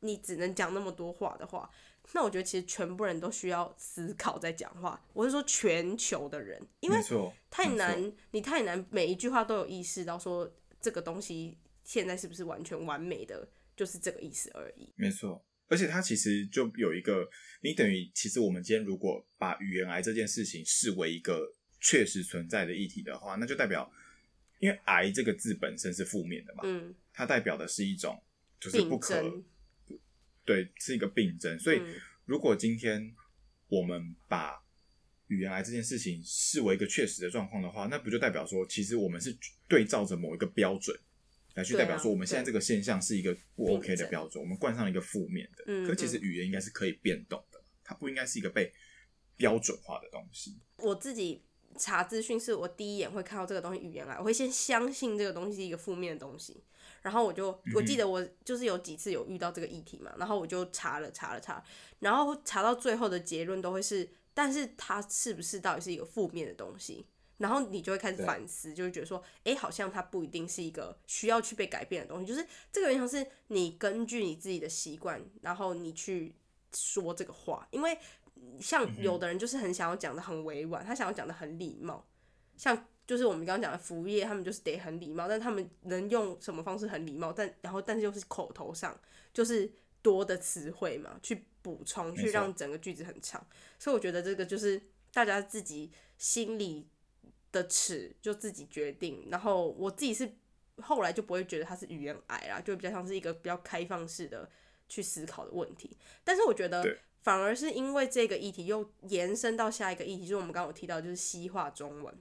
A: 你只能讲那么多话的话，那我觉得其实全部人都需要思考在讲话。我是说全球的人，因为
B: 没错，
A: 太
B: 没错
A: 难，你太难，每一句话都有意识到说这个东西现在是不是完全完美的，就是这个意思而已。
B: 没错，而且它其实就有一个，你等于其实我们今天如果把语言癌这件事情视为一个确实存在的议题的话，那就代表，因为癌这个字本身是负面的嘛，
A: 嗯，
B: 它代表的是一种就是不
A: 病
B: 可
A: 症，
B: 对，是一个病症。所以
A: 嗯，
B: 如果今天我们把语言癌这件事情视为一个确实的状况的话，那不就代表说，其实我们是对照着某一个标准来去
A: 对啊
B: 代表说，我们现在
A: 对
B: 这个现象是一个不
A: 病
B: OK 的
A: 症
B: 标准，我们冠上一个负面的。
A: 嗯
B: 可是其实语言应该是可以变动的，它不应该是一个被标准化的东西。
A: 我自己查资讯是我第一眼会看到这个东西语言来，我会先相信这个东西是一个负面的东西，然后我就我记得我就是有几次有遇到这个议题嘛，然后我就查了查了查，然后查到最后的结论都会是，但是它是不是到底是一个负面的东西？然后你就会开始
B: 对
A: 反思，就会觉得说，诶，好像它不一定是一个需要去被改变的东西。就是这个，像是你根据你自己的习惯，然后你去说这个话，因为像
B: 嗯
A: 有的人就是很想要讲的很委婉，他想要讲的很礼貌，像就是我们刚刚讲的服务业，他们就是得很礼貌，但他们能用什么方式很礼貌，但然后但是又是口头上就是多的词汇嘛，去补充，
B: 没错
A: 去让整个句子很长。所以我觉得这个就是大家自己心里的尺就自己决定。然后我自己是后来就不会觉得它是语言癌啦，就比较像是一个比较开放式的去思考的问题。但是我觉得
B: 对
A: 反而是因为这个议题又延伸到下一个议题，就是我们刚刚有提到，就是西化中文。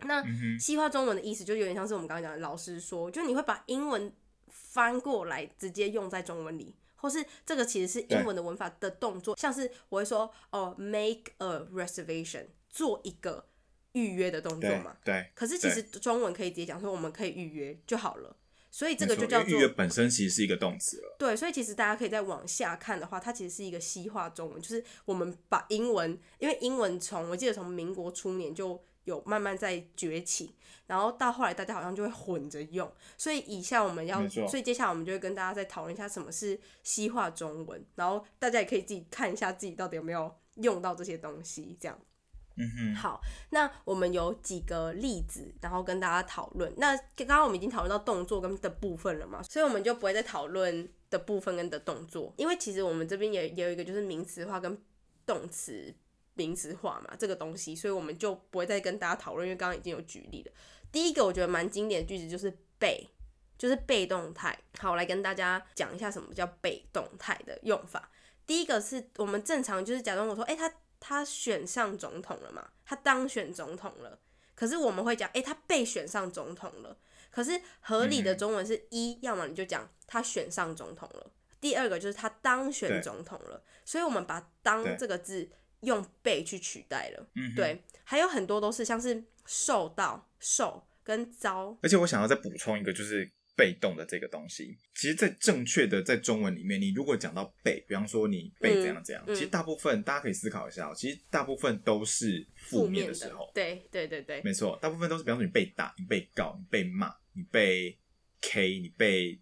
A: 那
B: 嗯
A: 西化中文的意思就有点像是我们刚刚讲的老师说，就你会把英文翻过来直接用在中文里，或是这个其实是英文的文法的动作，像是我会说哦，make a reservation，做一个预约的动作
B: 对
A: 嘛。
B: 对，
A: 可是其实中文可以直接讲说我们可以预约就好了，所以这个
B: 没错
A: 就叫
B: 因为
A: 做
B: 预约本身其实是一个动词了。
A: 对，所以其实大家可以再往下看的话，它其实是一个西化中文，就是我们把英文，因为英文从我记得从民国初年就有慢慢在崛起，然后到后来大家好像就会混着用，所以以下我们要，
B: 没错
A: 所以接下来我们就会跟大家再讨论一下什么是西化中文，然后大家也可以自己看一下自己到底有没有用到这些东西，这样。
B: 嗯哼，
A: 好，那我们有几个例子，然后跟大家讨论。那刚刚我们已经讨论到动作跟的部分了嘛，所以我们就不会再讨论的部分跟的动作，因为其实我们这边也也有一个就是名词化跟动词名词化嘛这个东西，所以我们就不会再跟大家讨论，因为刚刚已经有举例了。第一个我觉得蛮经典的句子就是背，就是被动态。好，我来跟大家讲一下什么叫被动态的用法。第一个是我们正常就是假装我说，哎、他他选上总统了嘛，他当选总统了，可是我们会讲，哎、他被选上总统了。可是合理的
B: 嗯
A: 中文是一、要么你就讲他选上总统了，第二个就是他当选
B: 对
A: 总统了，所以我们把“当
B: 对”
A: 这个字用“被”去取代了。
B: 嗯哼，
A: 对，还有很多都是像是受到、受跟遭，
B: 而且我想要再补充一个，就是被动的这个东西。其实，在正确的在中文里面，你如果讲到被，比方说你被怎样怎样，
A: 嗯嗯
B: 其实大部分大家可以思考一下、哦，其实大部分都是负
A: 负
B: 面
A: 面
B: 的
A: 的
B: 时候，
A: 对对对对，
B: 没错，大部分都是比方说你被打、你被告、你被骂、你被 K、你被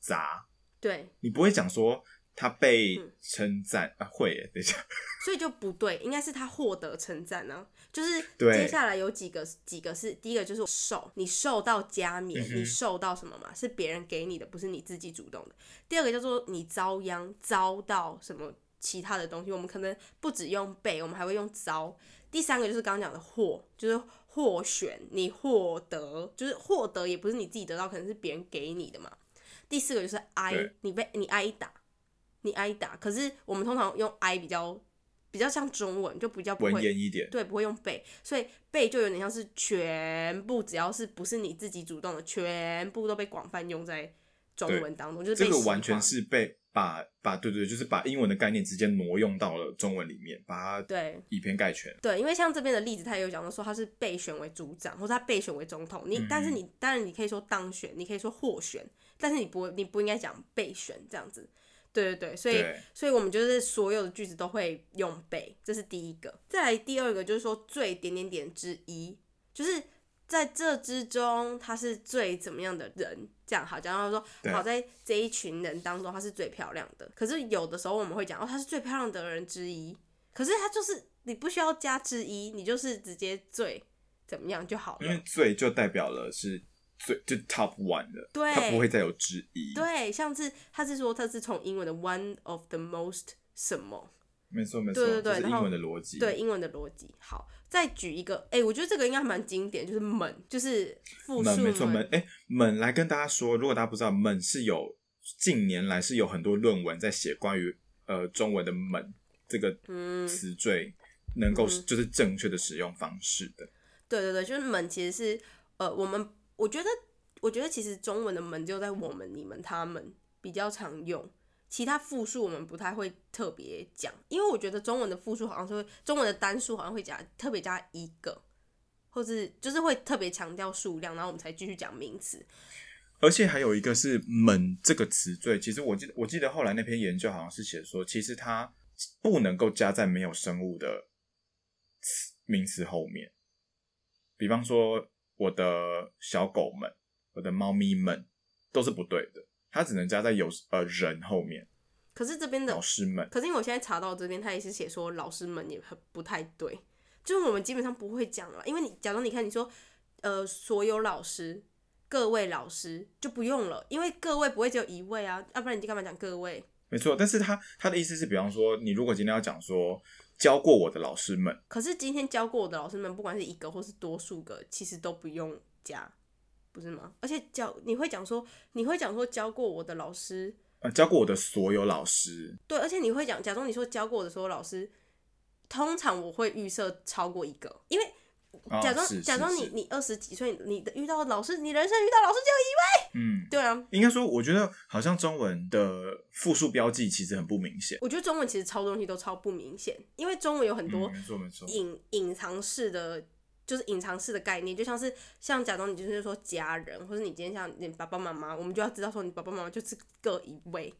B: 砸，
A: 对，
B: 你不会讲说他被
A: 嗯
B: 称赞、啊，会耶，等一下，
A: 所以就不对，应该是他获得称赞呢。就是
B: 对
A: 接下来有几个几个是第一个就是受，你受到加冕
B: 嗯，哼
A: 你受到什么嘛？是别人给你的，不是你自己主动的。第二个叫做你遭殃，遭到什么其他的东西，我们可能不只用被，我们还会用遭。第三个就是刚刚讲的获，就是获选，你获得，就是获得也不是你自己得到，可能是别人给你的嘛。第四个就是挨
B: 对，
A: 你被你挨打，你挨打。可是我们通常用挨比较比较像中文，就比较不
B: 文
A: 会
B: 言一点，
A: 对不会用被，所以被就有点像是全部只要是不是你自己主动的，全部都被广泛用在中
B: 对
A: 文当中，就是
B: 这
A: 被
B: 个
A: 西
B: 完全
A: 化
B: 是被把把对对，就是把英文的概念直接挪用到了中文里面，把它
A: 对。
B: 以偏概全。
A: 对，因为像这边的例子，他也有讲到说他是被选为组长，或者他被选为总统。你、但是你当然你可以说当选，你可以说获选，但是你不你不应该讲被选这样子。对对对，所以
B: 对
A: 所以我们就是所有的句子都会用被，这是第一个。再来第二个就是说最点点点之一，就是在这之中他是最怎么样的人，这样好。然后
B: 对
A: 说好在这一群人当中他是最漂亮的，可是有的时候我们会讲哦他是最漂亮的人之一，可是他就是你不需要加之一，你就是直接最怎么样就好
B: 因为
A: 了。
B: 最就代表了是最就 top one 了，
A: 对
B: 它不会再有之一。，
A: 对，像是他是说他是从英文的 one of the most 什么。
B: 没错没错，
A: 对对对
B: 这是
A: 然
B: 英
A: 后
B: 文的逻辑。
A: 对，英文的逻辑。好，再举一个，哎、我觉得这个应该还蛮经典，就是猛，就是复
B: 门
A: 数
B: 没错门
A: 猛，
B: 哎门来跟大家说，如果大家不知道，门是有近年来是有很多论文在写关于呃中文的门这个
A: 嗯，
B: 词缀能够
A: 嗯哼
B: 就是正确的使用方式的。
A: 对对对，就是猛其实是呃，我们我觉得我觉得其实中文的猛就在我们、你们、他们比较常用。其他复数我们不太会特别讲，因为我觉得中文的复数好像是会，中文的单数好像会加特别加一个，或是就是会特别强调数量，然后我们才继续讲名词。
B: 而且还有一个是“猛”这个词缀，其实我记得我记得后来那篇研究好像是写说，其实它不能够加在没有生物的词名词后面。比方说，我的小狗们、我的猫咪们都是不对的，它只能加在有呃人后面，
A: 可是这边的
B: 老师们。
A: 可是因为我现在查到这边，他也是写说老师们也很不太对，就是我们基本上不会讲了，因为你假如你看你说，呃，所有老师，各位老师就不用了，因为各位不会只有一位啊，要、不然你就干嘛讲各位？
B: 没错，但是他他的意思是，比方说，你如果今天要讲说教过我的老师们，
A: 可是今天教过我的老师们，不管是一个或是多数个，其实都不用加，不是吗？而且教你会讲说，你会讲说教过我的老师，
B: 呃，教过我的所有老师，
A: 对，而且你会讲，假装你说教过我的所有老师，通常我会预设超过一个，因为
B: 啊
A: 假装、
B: 是
A: 假
B: 是
A: 装
B: 是
A: 你你二十几岁，你的遇到的老师，你人生遇到老师就有
B: 嗯
A: 一，对啊。
B: 应该说，我觉得好像中文的复数标记其实很不明显。
A: 我觉得中文其实抄东西都超不明显，因为中文有很多
B: 嗯没错没错，
A: 隐隐藏式的，就是隐藏式的概念，就像是像假装你就是说家人，或者你今天像你爸爸妈妈，我们就要知道说你爸爸妈妈就是各一位，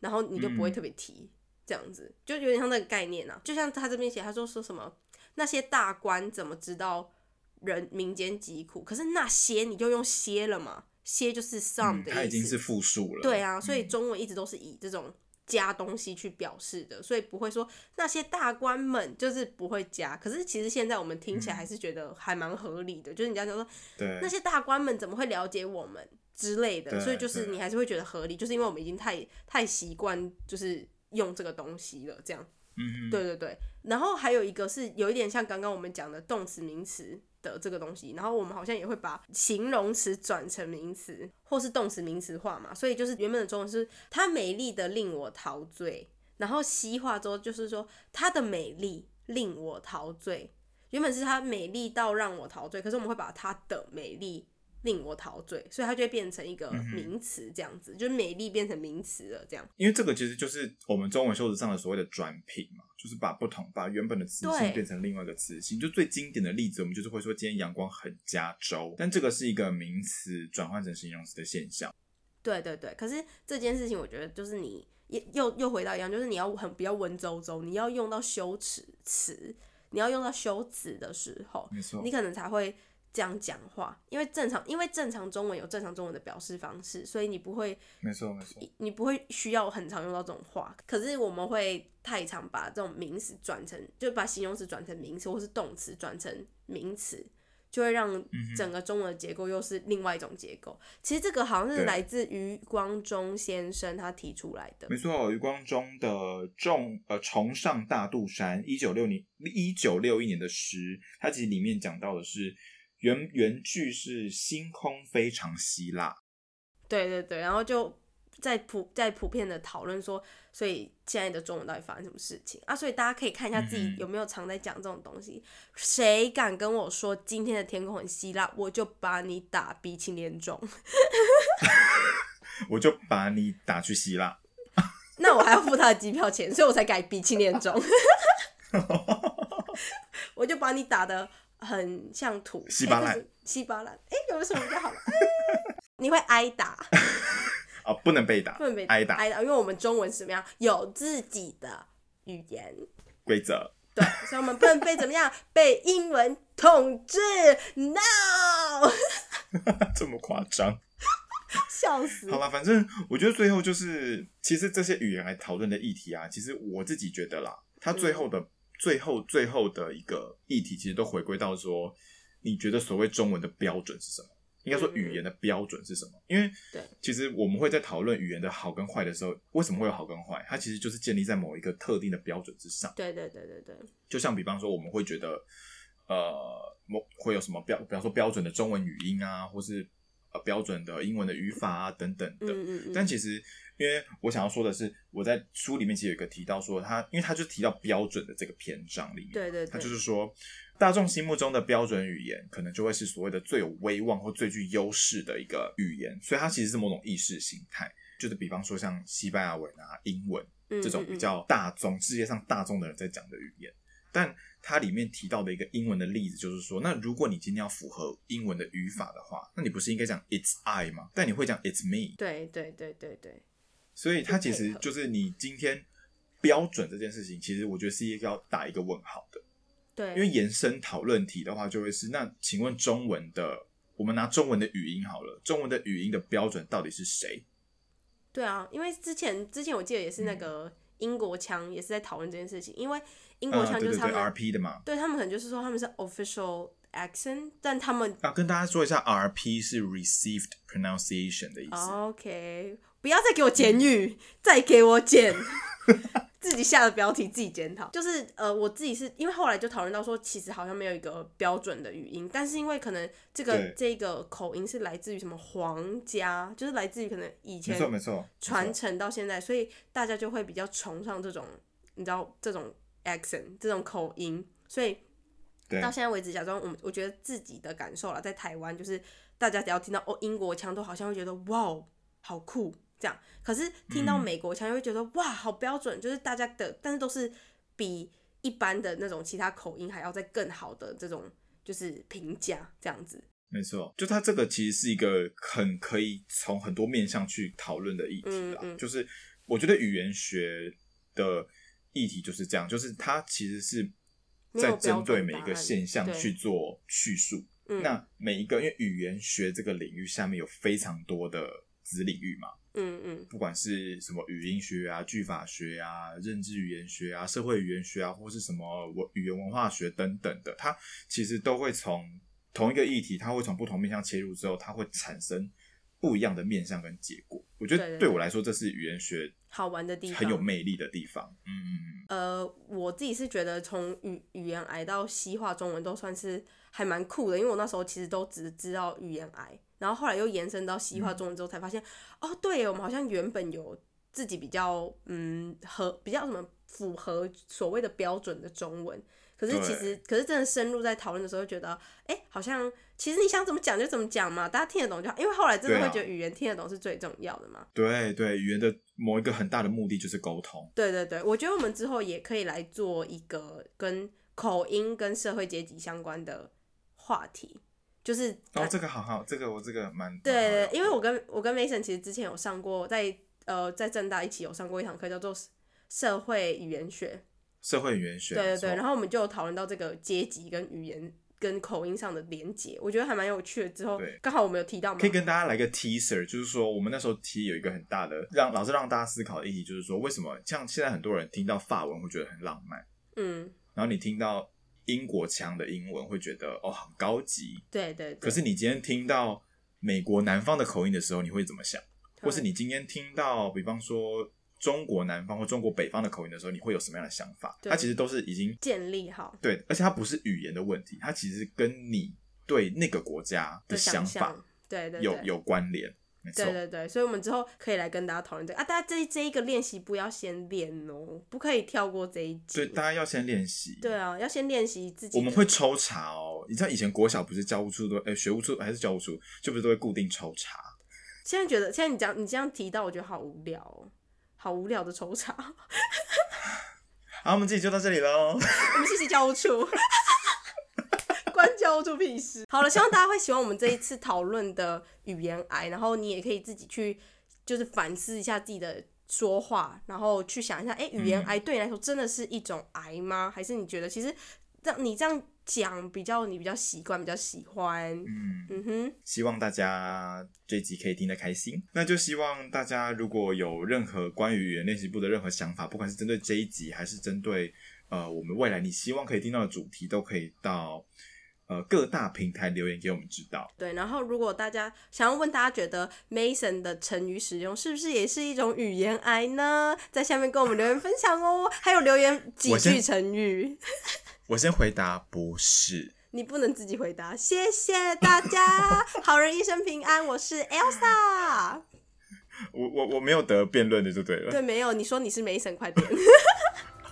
A: 然后你就不会
B: 嗯
A: 特别提、这样子，就有点像那个概念啊。就像他这边写，他说说什么那些大官怎么知道人民间疾苦，可是那些你就用些了嘛，些就是 some
B: 嗯，
A: 的意思，
B: 它已经是复数了。
A: 对啊，所以
B: 嗯
A: 中文一直都是以这种加东西去表示的，所以不会说那些大官们就是不会加。可是其实现在我们听起来还是觉得还蛮合理的，就是你这样讲说
B: 嗯对
A: 那些大官们怎么会了解我们之类的，
B: 对
A: 所以就是
B: 对
A: 你还是会觉得合理，就是因为我们已经太太习惯就是用这个东西了，这样。
B: 嗯
A: 对对对，然后还有一个是有一点像刚刚我们讲的动词名词的这个东西，然后我们好像也会把形容词转成名词，或是动词名词化嘛，所以就是原本的中文是她美丽的令我陶醉，然后西化之后就是说她的美丽令我陶醉，原本是她美丽到让我陶醉，可是我们会把她的美丽。令我陶醉，所以它就会变成一个名词，这样子，就是美丽变成名词了，这样。
B: 因为这个其实就是我们中文修辞上的所谓的转品嘛，就是把不同把原本的词性
A: 对
B: 变成另外一个词性。就最经典的例子，我们就是会说今天阳光很加州，但这个是一个名词转换成形容词的现象。
A: 对对对，可是这件事情，我觉得就是你也又又回到一样，就是你要很比较文绉绉，你要用到修辞词，你要用到修辞的时候，
B: 没错
A: 你，可能才会这样讲话。因为正常，因为正常中文有正常中文的表示方式，所以你不会
B: 没错，没错。
A: 你不会需要很常用到这种话，可是我们会太常把这种名词转成，就把形容词转成名词，或是动词转成名词，就会
B: 嗯
A: 让整个中文的结构又是另外一种结构。其实这个好像是
B: 对
A: 来自于光中先生他提出来的
B: 没。错，余光中的重呃崇尚大肚山，一九六零一九六一年的诗，它其实里面讲到的是原原句是星空非常希腊，
A: 对对对，然后就在普在普遍的讨论说，所以现在的中文到底发生什么事情啊？所以大家可以看一下自己
B: 嗯
A: 有没有常在讲这种东西。谁敢跟我说今天的天空很希腊，我就把你打鼻青脸肿。 [laughs]
B: 我就把你打去希腊。
A: 那我还要付他的机票钱，所以我才改鼻青脸肿。 [laughs] 我就把你打的很像土，
B: 稀巴烂
A: 哎，就是稀巴烂，哎、有什么比较好？哎你会挨打，
B: 哦，不能被打，
A: 不能被
B: 挨打
A: 挨打，因为我们中文是什么样，有自己的语言，
B: 规则。 [laughs]
A: 对，所以我们不能被怎么样，被英文统治，no， [laughs]
B: 这么夸张？
A: 笑死
B: 好，啦，反正我觉得最后就是，其实这些语言来讨论的议题啊，其实我自己觉得啦，它最后
A: 嗯
B: 的、最后、最后的一个议题，其实都回归到说，你觉得所谓中文的标准是什么？应该说
A: 嗯
B: 语言的标准是什么？因为
A: 对，
B: 其实我们会在讨论语言的好跟坏的时候，为什么会有好跟坏？它其实就是建立在某一个特定的标准之上。
A: 对对对对对，
B: 就像比方说，我们会觉得，呃，某会有什么标，比方说标准的中文语音啊，或是呃标准的英文的语法啊等等的。
A: 嗯嗯嗯，
B: 但其实，因为我想要说的是，我在书里面其实有一个提到说，他因为他就提到标准的这个篇章里面，
A: 对对
B: 他
A: 对，
B: 就是说，大众心目中的标准语言，可能就会是所谓的最有威望或最具优势的一个语言，所以它其实是某种意识形态，就是比方说像西班牙文啊、英文。
A: 嗯
B: 这种比，较大众、世界上大众的人在讲的语言。但它里面提到的一个英文的例子，就是说，那如果你今天要符合英文的语法的话，那你不是应该讲 it's I 吗？但你会讲 it's me，
A: 对对对对对，
B: 所以它
A: 去
B: 其
A: 配
B: 实
A: 合
B: 就是你今天标准这件事情，其实我觉得是要打一个问号的，
A: 对，
B: 因为延伸讨论题的话，就会是那请问中文的，我们拿中文的语音好了，中文的语音的标准到底是谁？
A: 对啊，因为之前之前我记得也是那
B: 嗯
A: 个英国腔也是在讨论这件事情，因为英国
B: 呃，
A: 腔就
B: 对对
A: 是
B: 对
A: 他们、
B: ，RP 的嘛。
A: 对他们可能就是说他们是 official accent，但他们
B: 啊，跟大家说一下，RP 是 Received Pronunciation 的意思。
A: 哦 OK，不要再给我检语，再给我
B: [laughs]
A: 检。自己下的标题自己检讨，就是呃，我自己是因为后来就讨论到说，其实好像没有一个标准的语音，但是因为可能这个
B: 对
A: 这个口音是来自于什么皇家，就是来自于可能以前
B: 没错没错，没错
A: 传承到现在，所以大家就会比较崇尚这种，你知道这种 accent 这种口音，所以
B: 对
A: 到现在为止，假装我们我觉得自己的感受啦，在台湾就是大家只要听到哦英国腔，都好像会觉得哇哦好酷这样，可是听到
B: 嗯
A: 美国腔，又会觉得哇好标准，就是大家的，但是都是比一般的那种其他口音还要再更好的这种就是评价这样子，
B: 没错，就它这个其实是一个很可以从很多面向去讨论的议题啦。
A: 嗯嗯
B: 就是我觉得语言学的议题就是这样，就是它其实是
A: 没有
B: 在
A: 标准
B: 针对每一
A: 答
B: 个
A: 案
B: 现象
A: 对
B: 去做叙述。
A: 嗯
B: 那每一个因为语言学这个领域下面有非常多的子领域嘛，
A: 嗯嗯
B: 不管是什么语音学啊、句法学啊、认知语言学啊、社会语言学啊，或是什么文语言文化学等等的，它其实都会从同一个议题，它会从不同面向切入之后，它会产生不一样的面向跟结果。我觉
A: 对对
B: 得
A: 对
B: 对我来说，这是语言学
A: 好玩的地方
B: 很有魅力的地方。嗯嗯嗯。
A: 呃，我自己是觉得从语语言癌到西化中文都算是还蛮酷的，因为我那时候其实都只知道语言癌，然后后来又延伸到西化
B: 嗯
A: 中文之后，才发现、哦，对耶，我们好像原本有自己比较嗯合比较什么符合所谓的标准的中文，可是其实可是真的深入在讨论的时候，觉得哎、诶好像其实你想怎么讲就怎么讲嘛，大家听得懂就好，因为后来真的
B: 对
A: 会
B: 啊
A: 觉得语言听得懂是最重要的嘛。
B: 对对，语言的某一个很大的目的就是沟通。
A: 对对对，我觉得我们之后也可以来做一个跟口音跟社会阶级相关的话题，就是
B: 然哦后这个好好，这个我这个蛮蛮好
A: 对
B: 的
A: 对，因为我跟我跟 Mason 其实之前有上过，在呃在正大一起有上过一堂课叫做社会语言学，
B: 社会语言学
A: 对对对，
B: 没错
A: 然后我们就有讨论到这个阶级跟语言跟口音上的连结，我觉得还蛮有趣的。之后
B: 对
A: 刚好我们有提到嘛
B: 可以，跟大家来个 teaser，就是说我们那时候提有一个很大的让老师让大家思考的议题，就是说为什么像现在很多人听到法文会觉得很浪漫，
A: 嗯，
B: 然后你听到英国腔的英文会觉得哦很高级，
A: 对对对，
B: 可是你今天听到美国南方的口音的时候，你会怎么想？或是你今天听到比方说中国南方或中国北方的口音的时候，你会有什么样的想法？
A: 对
B: 它其实都是已经
A: 建立好
B: 对，而且它不是语言的问题，它其实跟你对那个国家
A: 的
B: 的
A: 想
B: 想
A: 象
B: 法，
A: 对对对，
B: 有有关联。没错
A: 对，对对，所以我们之后可以来跟大家讨论这个啊，大家这这一个练习不要先练哦，不可以跳过这一
B: 所
A: 集。
B: 以大家要先练习。
A: 对啊，要先练习自己。
B: 我们会抽查哦。你知道以前国小不是教务处都，哎、学务处还是教务处，就不是都会固定抽查？
A: 现在觉得，现在你讲你这样提到，我觉得好无聊、哦，好无聊的抽查。
B: 好，我们这集就到这里喽。
A: 我们谢谢教务处，关教务处屁事。好了，希望大家会喜欢我们这一次讨论的语言癌，然后你也可以自己去就是反思一下自己的说话，然后去想一下，哎、语
B: 嗯
A: 言癌对你来说真的是一种癌吗？还是你觉得其实让你这样讲比较你比较习惯，比较喜欢？
B: 嗯，
A: 嗯哼，
B: 希望大家这集可以听得开心。那就希望大家如果有任何关于语言练习部的任何想法，不管是针对这一集，还是针对呃我们未来你希望可以听到的主题，都可以到呃各大平台留言给我们知道。
A: 对。然后如果大家想要问大家觉得 Mason 的成语使用是不是也是一种语言癌呢？在下面跟我们留言分享哦，还有留言几
B: 我先
A: 句成语。
B: 我先回答不是。
A: 你不能自己回答。谢谢大
B: [laughs]
A: 家，好人一生平安，我是 Elsa。
B: 我我我没有得辩论的就对了。
A: 对，没有，你说你是 Mason，快
B: [laughs]
A: 点。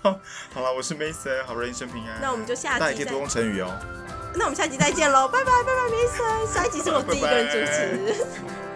B: 好了，我是 Mason，好人一生平安。
A: 那我们就下集
B: 大家也可以
A: 再
B: 多用成语哦。
A: 那我们下集再见喽，拜拜拜拜，Mason。下一集是我自己一个人主持。 [laughs]